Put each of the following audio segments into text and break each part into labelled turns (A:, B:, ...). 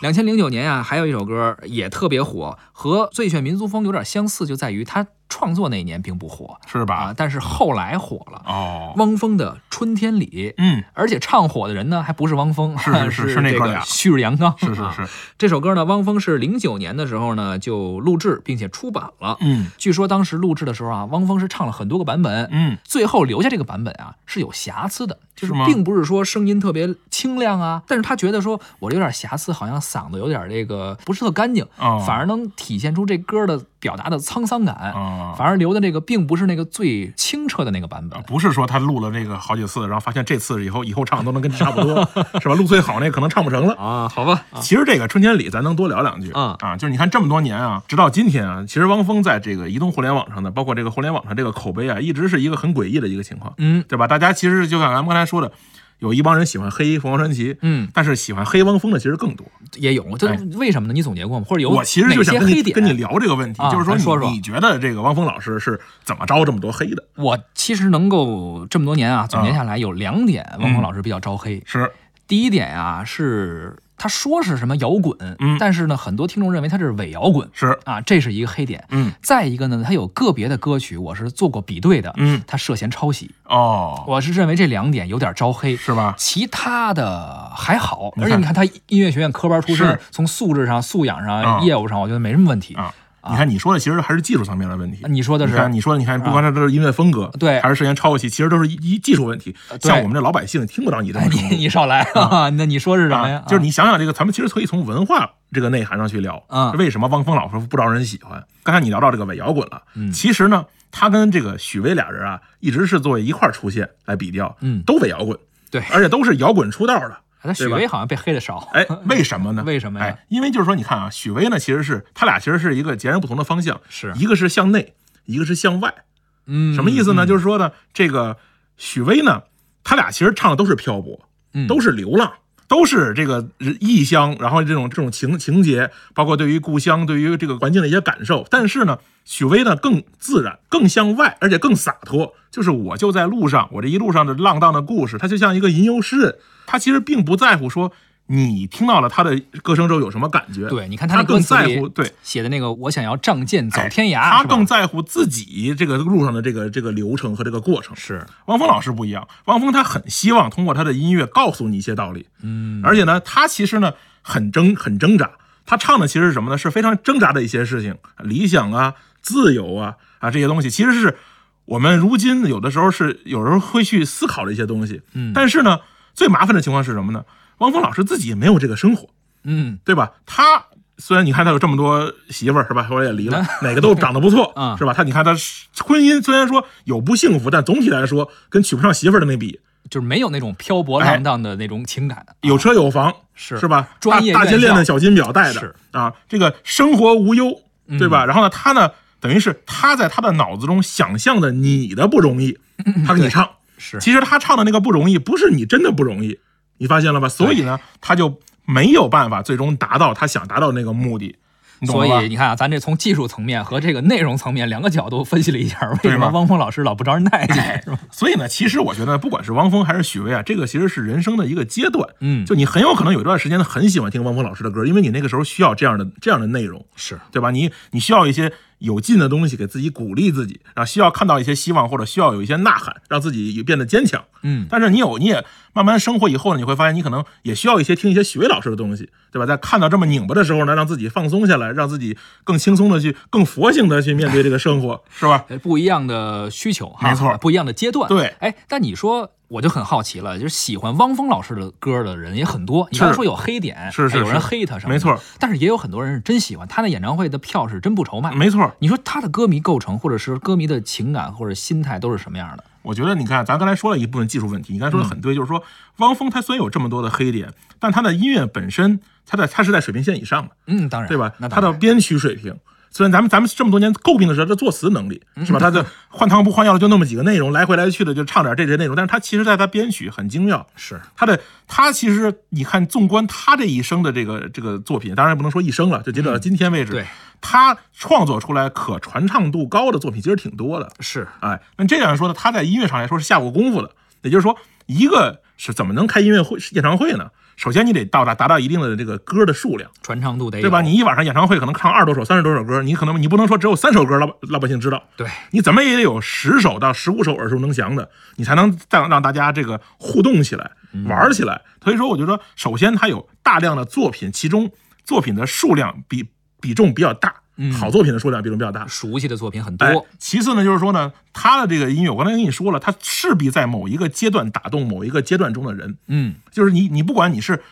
A: 两千零九年啊，还有一首歌也特别火，和《醉劝民族风》有点相似，就在于它创作那一年并不火
B: 是
A: 啊，
B: 吧？
A: 但是后来火了。
B: 哦，
A: 汪峰的《春天里》，
B: 嗯，
A: 而且唱火的人 呢，还不是汪峰，
B: 是是是是那
A: 这
B: 哥
A: 个
B: 俩
A: 旭日阳刚。
B: 是
A: 啊
B: 是是，
A: 这首歌呢，汪峰是零九年的时候呢就录制并且出版了。
B: 嗯
A: 据说当时录制的时候啊，汪峰是唱了很多个版本，
B: 嗯，
A: 最后留下这个版本啊是有瑕疵的，就是
B: 是吗
A: 并不是说声音特别清亮啊，但是他觉得说我这有点瑕疵，好像嗓子有点这个不是特干净，
B: 哦，
A: 反而能体现出这歌的表达的沧桑感，
B: 啊，
A: 反而留的这个并不是那个最清澈的那个版本。
B: 不是说他录了这个好几次，然后发现这次以后以后唱都能跟差 不多，是吧？录最好那可能唱不成了。
A: 啊，好吧，
B: 其实这个春天里，咱能多聊两句
A: 嗯
B: 啊，就是你看这么多年啊，直到今天啊，其实汪峰在这个移动互联网上的，包括这个互联网上这个口碑啊，一直是一个很诡异的一个情况，
A: 嗯
B: 对吧？大家其实就像咱们刚才说的，有一帮人喜欢黑凤凰传奇，
A: 嗯，
B: 但是喜欢黑汪峰的其实更多。
A: 也有，这
B: 哎
A: 为什么呢？你总结过吗？或者有
B: 我其实就
A: 哪
B: 想
A: 些
B: 跟
A: 黑
B: 你
A: 点？
B: 跟你聊这个问题，
A: 啊
B: 就是说
A: 咱
B: 你
A: 说说
B: 你觉得这个汪峰老师是怎么招这么多黑的？
A: 我其实能够这么多年啊，总结下来有两点，汪
B: 嗯
A: 峰老师比较招黑。
B: 是，
A: 第一点啊，是他说是什么摇滚，
B: 嗯
A: 但是呢，很多听众认为他这是伪摇滚
B: 是，
A: 啊，这是一个黑点。
B: 嗯
A: 再一个呢，他有个别的歌曲我是做过比对的，
B: 嗯，
A: 他涉嫌抄袭，
B: 哦，
A: 我是认为这两点有点招黑。
B: 是吧？
A: 其他的还好，
B: 你
A: 而
B: 看
A: 且你看他音乐学院科班出身
B: 是，
A: 从素质上、素养上、
B: 啊
A: 业务上，我觉得没什么问题。
B: 啊，你看你说的其实还是技术层面的问题。
A: 啊你说的
B: 你
A: 是啊
B: 看，你说的，你看，不光是这是音乐风格，
A: 对呃
B: 还是涉嫌抄袭，其实都是一一技术问题。
A: 对
B: 像我们这老百姓听不到你这
A: 哎
B: 么
A: 你
B: 说。
A: 你少来啊！ 那你说是什么呀
B: 啊，？就是你想想这个，咱们其实可以从文化这个内涵上去聊
A: 啊
B: 为什么汪峰老师不招人喜欢？刚才你聊到这个伪摇滚了，
A: 嗯
B: 其实呢，他跟这个许巍俩人啊，一直是作为一块儿出现来比较，
A: 嗯
B: 都伪摇滚，
A: 对
B: 而且都是摇滚出道的。
A: 他许巍好像被黑的少。
B: 哎，为什么呢？
A: 为什么呀
B: 哎，因为就是说，你看啊，许巍呢，其实是他俩其实是一个截然不同的方向，
A: 是
B: 一个是向内，一个是向外。
A: 嗯，
B: 什么意思呢？
A: 嗯
B: 就是说呢，这个许巍呢，他俩其实唱的都是漂泊，
A: 嗯
B: 都是流浪。都是这个异乡，然后这种这种情情节，包括对于故乡、对于这个环境的一些感受。但是呢，许巍呢更自然、更向外，而且更洒脱。就是我就在路上，我这一路上的浪荡的故事，他就像一个吟游诗人，他其实并不在乎说你听到了他的歌声之后有什么感觉，
A: 对，你看
B: 他
A: 那歌
B: 更
A: 词
B: 在
A: 里
B: 乎对哎
A: 写的那个“我想要仗剑走天涯”，
B: 他
A: 是吧
B: 更在乎自己这个路上的这个这个流程和这个过程。
A: 是
B: 汪峰老师不一样，汪峰他很希望通过他的音乐告诉你一些道理，
A: 嗯，
B: 而且呢，他其实呢很挣很挣扎，他唱的其实是什么呢？是非常挣扎的一些事情，理想啊、自由啊啊这些东西，其实是我们如今有的时候是有时候会去思考的一些东西。
A: 嗯
B: 但是呢，最麻烦的情况是什么呢？汪峰老师自己也没有这个生活，
A: 嗯
B: 对吧？他虽然你看他有这么多媳妇儿是吧，后来也离 了，哪个都长得不错
A: 啊
B: 是吧？他你看他是婚姻虽然说有不幸福，但总体来说跟娶不上媳妇儿的那比，
A: 就是没有那种漂泊
B: 哎
A: 浪荡的那种情感，
B: 有车有房
A: 是
B: 是吧？
A: 专业
B: 大大
A: 院
B: 金链
A: 校
B: 子、小金表戴
A: 是嗯
B: 的啊，这个生活无忧，对吧？然后呢，他呢等于是他在他的脑子中想象的你的不容易，他给你唱。
A: 嗯是
B: 其实他唱的那个不容易，不是你真的不容易，你发现了吧？所以呢，他就没有办法最终达到他想达到那个目的，你懂
A: 所
B: 了吧？
A: 以你看啊，咱这从技术层面和这个内容层面两个角度分析了一下，为
B: 对哎
A: 什么
B: 吧
A: 汪峰老师老不招人待见，是吧？
B: 所以呢，其实我觉得，不管是汪峰还是许巍啊，这个其实是人生的一个阶段。
A: 嗯
B: 就你很有可能有一段时间很喜欢听汪峰老师的歌，因为你那个时候需要这样的这样的内容，
A: 是
B: 对吧？你你需要一些有劲的东西给自己鼓励自己，然后需要看到一些希望，或者需要有一些呐喊，让自己变得坚强。
A: 嗯
B: 但是你有你也慢慢生活以后呢，你会发现你可能也需要一些听一些许巍老师的东西，对吧？在看到这么拧巴的时候呢，让自己放松下来，让自己更轻松的去、更佛性的去面对这个生活，是吧？
A: 呃不一样的需求哈，
B: 没错
A: 不一样的阶段。
B: 对
A: 哎，但你说。我就很好奇了，就是喜欢汪峰老师的歌的人也很多。你刚才
B: 是
A: 说有黑点，
B: 是是
A: 哎有人
B: 是
A: 黑他什么？
B: 没，错，
A: 但是也有很多人是真喜欢他的演唱会的票是真不愁卖。
B: 没错。
A: 你说他的歌迷构成，或者是歌迷的情感或者心态都是什么样的？
B: 我觉得你看，咱刚才说了一部分技术问题，你刚才说
A: 嗯
B: 的很对，就是说汪峰他虽然有这么多的黑点，但他的音乐本身，他在他是在水平线以上的，
A: 嗯，当然，
B: 对吧？
A: 那
B: 他
A: 当
B: 的
A: 然，
B: 编曲水平，虽然咱们咱们这么多年诟病的是他的作词能力，是吧？他的换汤不换药的就那么几个内容，来回来去的就唱点这些内容，但是他其实在他编曲很精妙，
A: 是
B: 他的 他其实你看，纵观他这一生的这个这个作品，当然不能说一生了，就截止到今天为止，
A: 对
B: 他创作出来可传唱度高的作品其实挺多的。
A: 是，
B: 哎，那这样说呢，他在音乐上来说是下过功夫的，也就是说，一个是怎么能开音乐会演唱会呢？首先你得到达达到一定的这个歌的数量，
A: 传唱度得有
B: 对吧？你一晚上演唱会可能唱二十多首、三十多首歌，你可能你不能说只有三首歌老百老百姓知道，
A: 对
B: 你怎么也得有十首到十五首耳熟能详的，你才能让让大家这个互动起来、玩起来。所以说，我就说，首先它有大量的作品，其中作品的数量比比重比较大，
A: 嗯
B: 好作品的数量比重比较大。
A: 熟悉的作品很
B: 哎
A: 多，，
B: 其次呢，就是说呢，他的这个音乐，我刚才跟你说了，他势必在某一个阶段打动某一个阶段中的人。
A: 嗯，
B: 就是你你不管你是，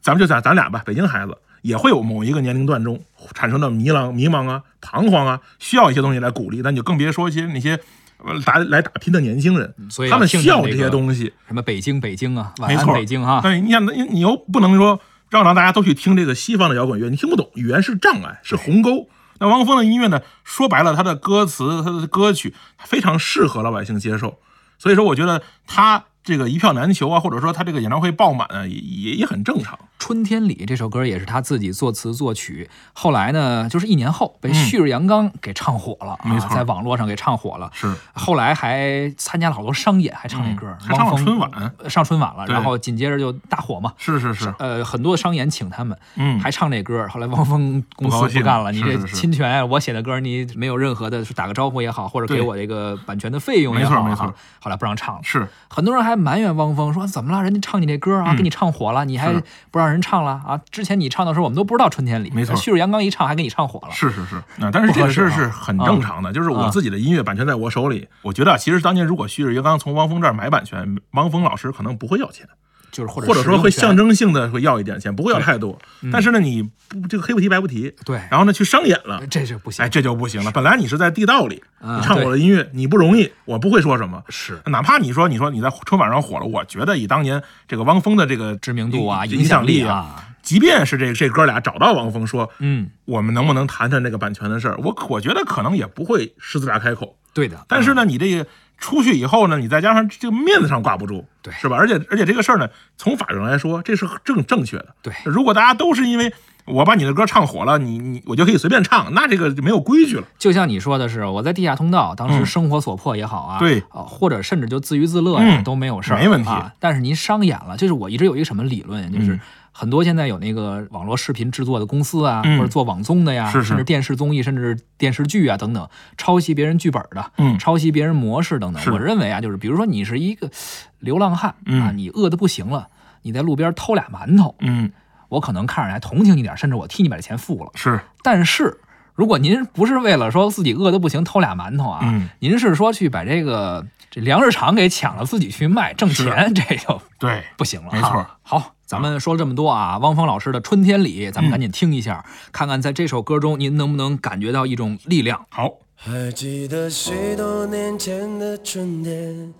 B: 咱们就讲咱俩吧，北京孩子也会有某一个年龄段中产生的迷茫、迷茫啊、彷徨啊，需要一些东西来鼓励，但你就更别说一些那些呃打来打拼的年轻人，
A: 嗯所以
B: 他们
A: 要听
B: 需要
A: 听
B: 这
A: 这个
B: 些东西，
A: 什么北京北京啊，晚
B: 没
A: 安
B: 错，哎
A: 北京哈、
B: 但你想，你你又不能说让让大家都去听这个西方的摇滚乐，你听不懂，语言是障碍，是鸿沟。那汪峰的音乐呢，说白了，他的歌词、他的歌曲非常适合老百姓接受，所以说我觉得他这个一票难求啊，或者说他这个演唱会爆满啊，也也也很正常。
A: 春天里》这首歌也是他自己作词作曲，后来呢，就是一年后被旭日阳刚给唱火了、啊，
B: 没错
A: 在网络上给唱火了。
B: 是
A: 后来还参加了好多商演，还唱这歌，
B: 嗯还上了
A: 汪峰
B: 春晚
A: 呃上春晚了，
B: 对
A: 然后紧接着就大火嘛。
B: 是是是，
A: 呃，很多商演请他们，
B: 嗯
A: 还唱这歌。后来汪峰公
B: 不高
A: 司
B: 兴
A: 不干了，你
B: 是
A: 这
B: 是是
A: 侵权，啊我写的歌你没有任何的打个招呼也好，或者给
B: 对
A: 我这个版权的费用也好，
B: 没错没错
A: 哈。后来不让唱了。
B: 是
A: 很多人还埋怨汪峰说：“怎么了？人家唱你这歌啊，
B: 嗯
A: 给你唱火了，你还
B: 是
A: 不让人唱了啊？之前你唱的时候，我们都不知道《春天里》，呃
B: 没错
A: 旭日阳刚一唱，还给你唱火了。
B: 是是是，啊，但是
A: 不
B: 这
A: 合
B: 个
A: 适
B: 事儿
A: 啊嗯
B: 是很正常的，就是我自己的音乐版权在我手里。我觉得啊其实当年如果旭日阳刚从汪峰这儿买版权，汪峰老师可能不会要钱。
A: 就是或者
B: 或者说会
A: 使用权
B: 象征性的会要一点钱，不会要
A: 对嗯
B: 太多。但是呢，你不这个黑不提白不提，
A: 对，
B: 然后呢去商演了，
A: 这就不行
B: 啊哎，。这就不行了。本来你是在地道里，
A: 啊
B: 你唱我的音乐，你不容易，我不会说什么。
A: 是
B: 哪怕你说你说你在春晚上火了，我觉得以当年这个汪峰的这个
A: 知名度啊，
B: 影
A: 响
B: 力，
A: 啊，
B: 即便是这这哥俩找到汪峰说，
A: 嗯，
B: 我们能不能谈谈这个版权的事儿，我我觉得可能也不会狮子大开口。
A: 对的。
B: 但是呢，你这个出去以后呢，你再加上这个面子上挂不住，
A: 对
B: 是吧？而且而且这个事儿呢，从法律上来说，这是正正确的。
A: 对
B: 如果大家都是因为我把你的歌唱火了，你你我就可以随便唱，那这个就没有规矩了。
A: 就像你说的是，我在地下通道，当时
B: 嗯
A: 生活所迫也好啊，
B: 对
A: 啊或者甚至就自娱自乐呀、
B: 嗯
A: 都没有事儿，
B: 没问题
A: 啊。但是您商演了，就是我一直有一个什么理论，就是。
B: 嗯
A: 很多现在有那个网络视频制作的公司啊，
B: 嗯
A: 或者做网综的呀，
B: 是是
A: 甚至电视综艺，甚至电视剧啊等等，抄袭别人剧本的，
B: 嗯
A: 抄袭别人模式等等
B: 是。
A: 我认为啊，就是比如说你是一个流浪汉、啊，
B: 嗯
A: 你饿得不行了，你在路边偷俩馒头，
B: 嗯，
A: 我可能看着还同情你点儿，甚至我替你把这钱付了。
B: 是
A: 但是如果您不是为了说自己饿得不行偷俩馒头啊，
B: 嗯
A: 您是说去把这个这粮食厂给抢了自己去卖挣钱， 这就
B: 对，
A: 不行了。
B: 没错
A: 哈，好。咱们说了这么多啊，汪峰老师的《春天里》，咱们赶紧听一下，看看在这首歌中您能不能感觉到一种力量。
B: 好，
C: 还记得许多年前的春天，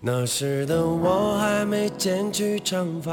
C: 那时的我还没剪去长发，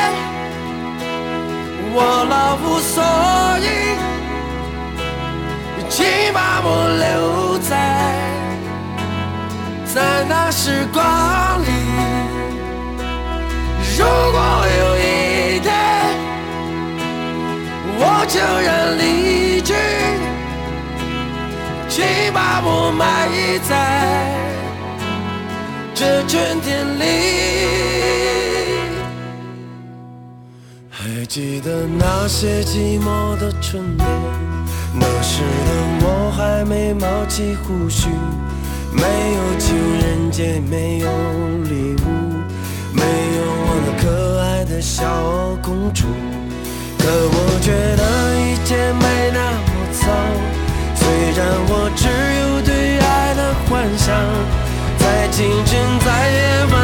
C: 我老无所依，请把我留在在那时光里。如果有一天我悄然离去。请把我埋在这春天里。还记得那些寂寞的春天，那时的我还没冒起胡须，没有情人节，没有礼物，没有我那可爱的小公主。可我觉得一切没那么糟，虽然我只有对爱的幻想，在清晨，在夜晚，